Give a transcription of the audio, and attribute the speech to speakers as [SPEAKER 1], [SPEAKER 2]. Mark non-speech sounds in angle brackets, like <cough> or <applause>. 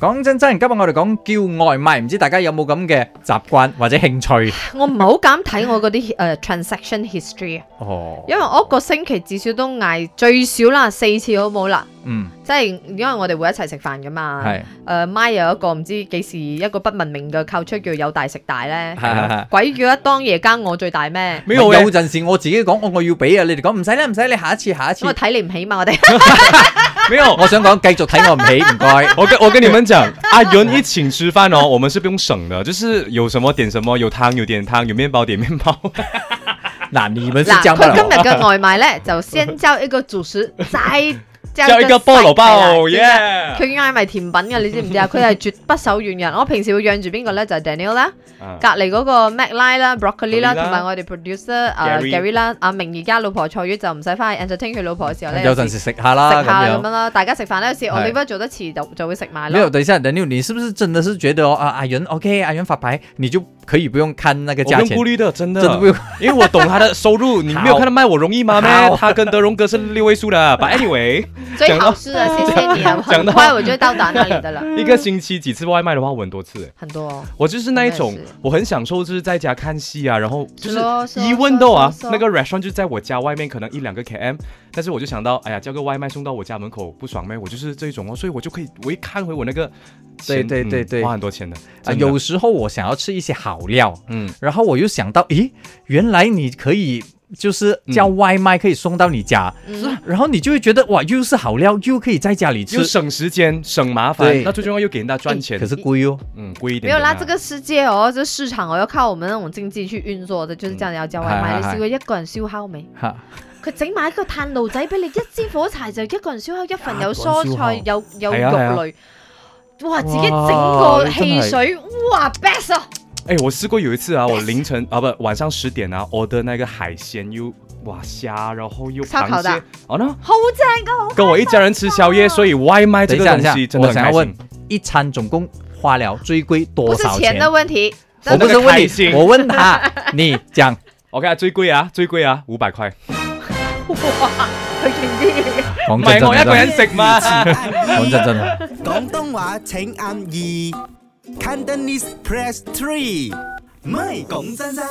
[SPEAKER 1] 讲真真，今日我哋讲叫外卖，唔知大家有冇咁嘅习慣或者興趣？
[SPEAKER 2] 我唔係好敢睇我嗰啲誒 transaction history 啊，
[SPEAKER 1] 哦，
[SPEAKER 2] 因為我一個星期至少都嗌最少啦四次好冇啦，
[SPEAKER 1] 嗯，
[SPEAKER 2] 即係因為我哋會一齊食飯噶嘛。
[SPEAKER 1] 係
[SPEAKER 2] 誒媽有一個唔知幾時一個不文明嘅靠出叫有大食大咧，
[SPEAKER 1] 係係係
[SPEAKER 2] 鬼叫一當夜間我最大嗯啊咩？
[SPEAKER 3] <laughs>
[SPEAKER 1] 有哎陣時我自己講，我我要俾啊，你哋講唔使啦，唔使，你下一次，下一次
[SPEAKER 2] 咁啊。睇你唔起嘛，我
[SPEAKER 3] <laughs>
[SPEAKER 2] 哋
[SPEAKER 3] 没 <laughs> 有，
[SPEAKER 1] 我想講繼續睇我唔起，唔
[SPEAKER 2] <laughs>
[SPEAKER 1] 該。
[SPEAKER 3] 我跟我跟你
[SPEAKER 1] <laughs>
[SPEAKER 3] 们讲，阿元一请吃饭哦，我们是不用省的，就是有什么点什么，有汤有点汤，有面包点面包。
[SPEAKER 1] 嗱，你們是
[SPEAKER 2] 嗱
[SPEAKER 1] 這樣不
[SPEAKER 2] 佢
[SPEAKER 1] 能
[SPEAKER 2] 今日嘅外賣咧就先交一個主食，再
[SPEAKER 3] <laughs> 叫一个菠萝包，耶！
[SPEAKER 2] 啊佢嗌埋甜品嘅，你知唔知啊？佢係絕不手軟人。我平時會養住邊個咧？就係 Daniel 啦。
[SPEAKER 3] <laughs> 啊
[SPEAKER 2] 隔離嗰個 Mac Lie 啦、Broccoli 啦，
[SPEAKER 3] Broccoli 啦
[SPEAKER 2] 同埋我哋 producer 誒
[SPEAKER 3] Gary
[SPEAKER 2] Gary 啦，阿明而家老婆蔡月就唔使翻去 entertain 佢老婆嘅時候咧，
[SPEAKER 1] 有
[SPEAKER 2] 時
[SPEAKER 1] 陣時食下
[SPEAKER 2] 食
[SPEAKER 1] 啦，咁
[SPEAKER 2] 下咁樣
[SPEAKER 1] 樣。
[SPEAKER 2] 啦，大家食飯咧，有時我
[SPEAKER 1] 係
[SPEAKER 2] Oliver 做得遲就就會食埋
[SPEAKER 1] 沒有，
[SPEAKER 2] 咯。
[SPEAKER 1] 等一下，Daniel，你是不是真的是覺得哦啊，阿元 OK，阿元發牌，你就可以不用看那個
[SPEAKER 3] 我不
[SPEAKER 1] 價
[SPEAKER 3] 用
[SPEAKER 1] 錢
[SPEAKER 2] 啊
[SPEAKER 3] 顾，虑的，真的，
[SPEAKER 1] 真的不用。
[SPEAKER 3] 因为我懂他的收入。你没有看到卖我容易吗？
[SPEAKER 1] <laughs>
[SPEAKER 3] 咩
[SPEAKER 1] 好，
[SPEAKER 3] 他跟德荣哥是六位数的。But
[SPEAKER 1] <laughs>
[SPEAKER 3] anyway，
[SPEAKER 2] 最好吃的，謝謝你啊，很
[SPEAKER 3] 講得
[SPEAKER 2] 快我就到達那裡的啊啦，
[SPEAKER 3] 一个星期几次外卖的话，我很多次。
[SPEAKER 2] 很多哦。
[SPEAKER 3] 我就是那一种
[SPEAKER 2] 我也是，
[SPEAKER 3] 我很享受，就是在家看戏啊，然后就是
[SPEAKER 2] 是咯是咯
[SPEAKER 3] 一问到啊
[SPEAKER 2] 是，咯
[SPEAKER 3] 那个 restaurant 就在我家外面，可能一两个 km，但是我就想到，哎呀，叫个外卖送到我家门口不爽咩？我就是这种哦，所以我就可以，我一看回我那个钱，
[SPEAKER 1] 对对对
[SPEAKER 3] 嗯
[SPEAKER 1] 对
[SPEAKER 3] 花很多钱的，
[SPEAKER 1] 啊，
[SPEAKER 3] 真的
[SPEAKER 1] 有，时候我想要吃一些好料，
[SPEAKER 3] 嗯，
[SPEAKER 1] 然后我又想到，咦，原来你可以就是叫外卖可以送到你家，
[SPEAKER 2] 嗯，
[SPEAKER 1] 然後你就會覺得哇，又是好料，又可以在家裡吃
[SPEAKER 3] 又，省时间，省麻
[SPEAKER 1] 对
[SPEAKER 3] 烦，那最重要又给人家赚钱
[SPEAKER 1] 可，是贵哦。
[SPEAKER 3] 嗯，贵一点
[SPEAKER 2] 没有
[SPEAKER 3] 点啊。
[SPEAKER 2] 啦，这个世界哦，这市場哦，要靠我們那種經濟去運作的，就是這樣要交外賣。
[SPEAKER 3] <laughs>
[SPEAKER 1] 嗯
[SPEAKER 2] 你試過一個人燒烤未？
[SPEAKER 1] 嚇，
[SPEAKER 2] 佢整埋一個炭爐仔俾你，一支火柴就一個人燒烤，一份有
[SPEAKER 3] 啊一個人
[SPEAKER 2] 蔬菜，
[SPEAKER 3] 燒烤
[SPEAKER 2] 有有
[SPEAKER 3] 係啊
[SPEAKER 2] 肉
[SPEAKER 3] 係啊
[SPEAKER 2] 類。哇！自己整個汽水，哇 best 啊！
[SPEAKER 3] 哎，我试过有一次啊，我凌晨啊不晚上十点啊，order 那个海鲜又哇虾，然后又
[SPEAKER 2] 烧烤
[SPEAKER 3] 螃
[SPEAKER 2] 的
[SPEAKER 3] 蟹，哦呢，
[SPEAKER 2] 好正啊噶，好
[SPEAKER 3] 跟我一家人吃宵夜，所以外卖哎这
[SPEAKER 1] 等一
[SPEAKER 3] 个
[SPEAKER 1] 下，等一
[SPEAKER 3] 东西
[SPEAKER 1] 下，
[SPEAKER 3] 真的
[SPEAKER 1] 我
[SPEAKER 3] 很
[SPEAKER 1] 想要
[SPEAKER 3] 开心
[SPEAKER 1] 問。，一餐總共花了最貴
[SPEAKER 2] 不
[SPEAKER 1] 多
[SPEAKER 2] 是
[SPEAKER 1] 少
[SPEAKER 2] 錢的問題，
[SPEAKER 1] 我不是
[SPEAKER 3] 那個開
[SPEAKER 1] 問
[SPEAKER 3] 心
[SPEAKER 1] 你，我問他，你講
[SPEAKER 3] OK 啊，最贵啊，最贵啊，五百块。
[SPEAKER 2] 佢勁啲。
[SPEAKER 3] 唔
[SPEAKER 1] 講真
[SPEAKER 3] 係我一
[SPEAKER 1] 真
[SPEAKER 3] 個人
[SPEAKER 1] 的，
[SPEAKER 3] 食嘛。
[SPEAKER 1] 講
[SPEAKER 4] <laughs>
[SPEAKER 1] 真真的。
[SPEAKER 4] 广东话请按二，Cantonese press three。唔系讲真真。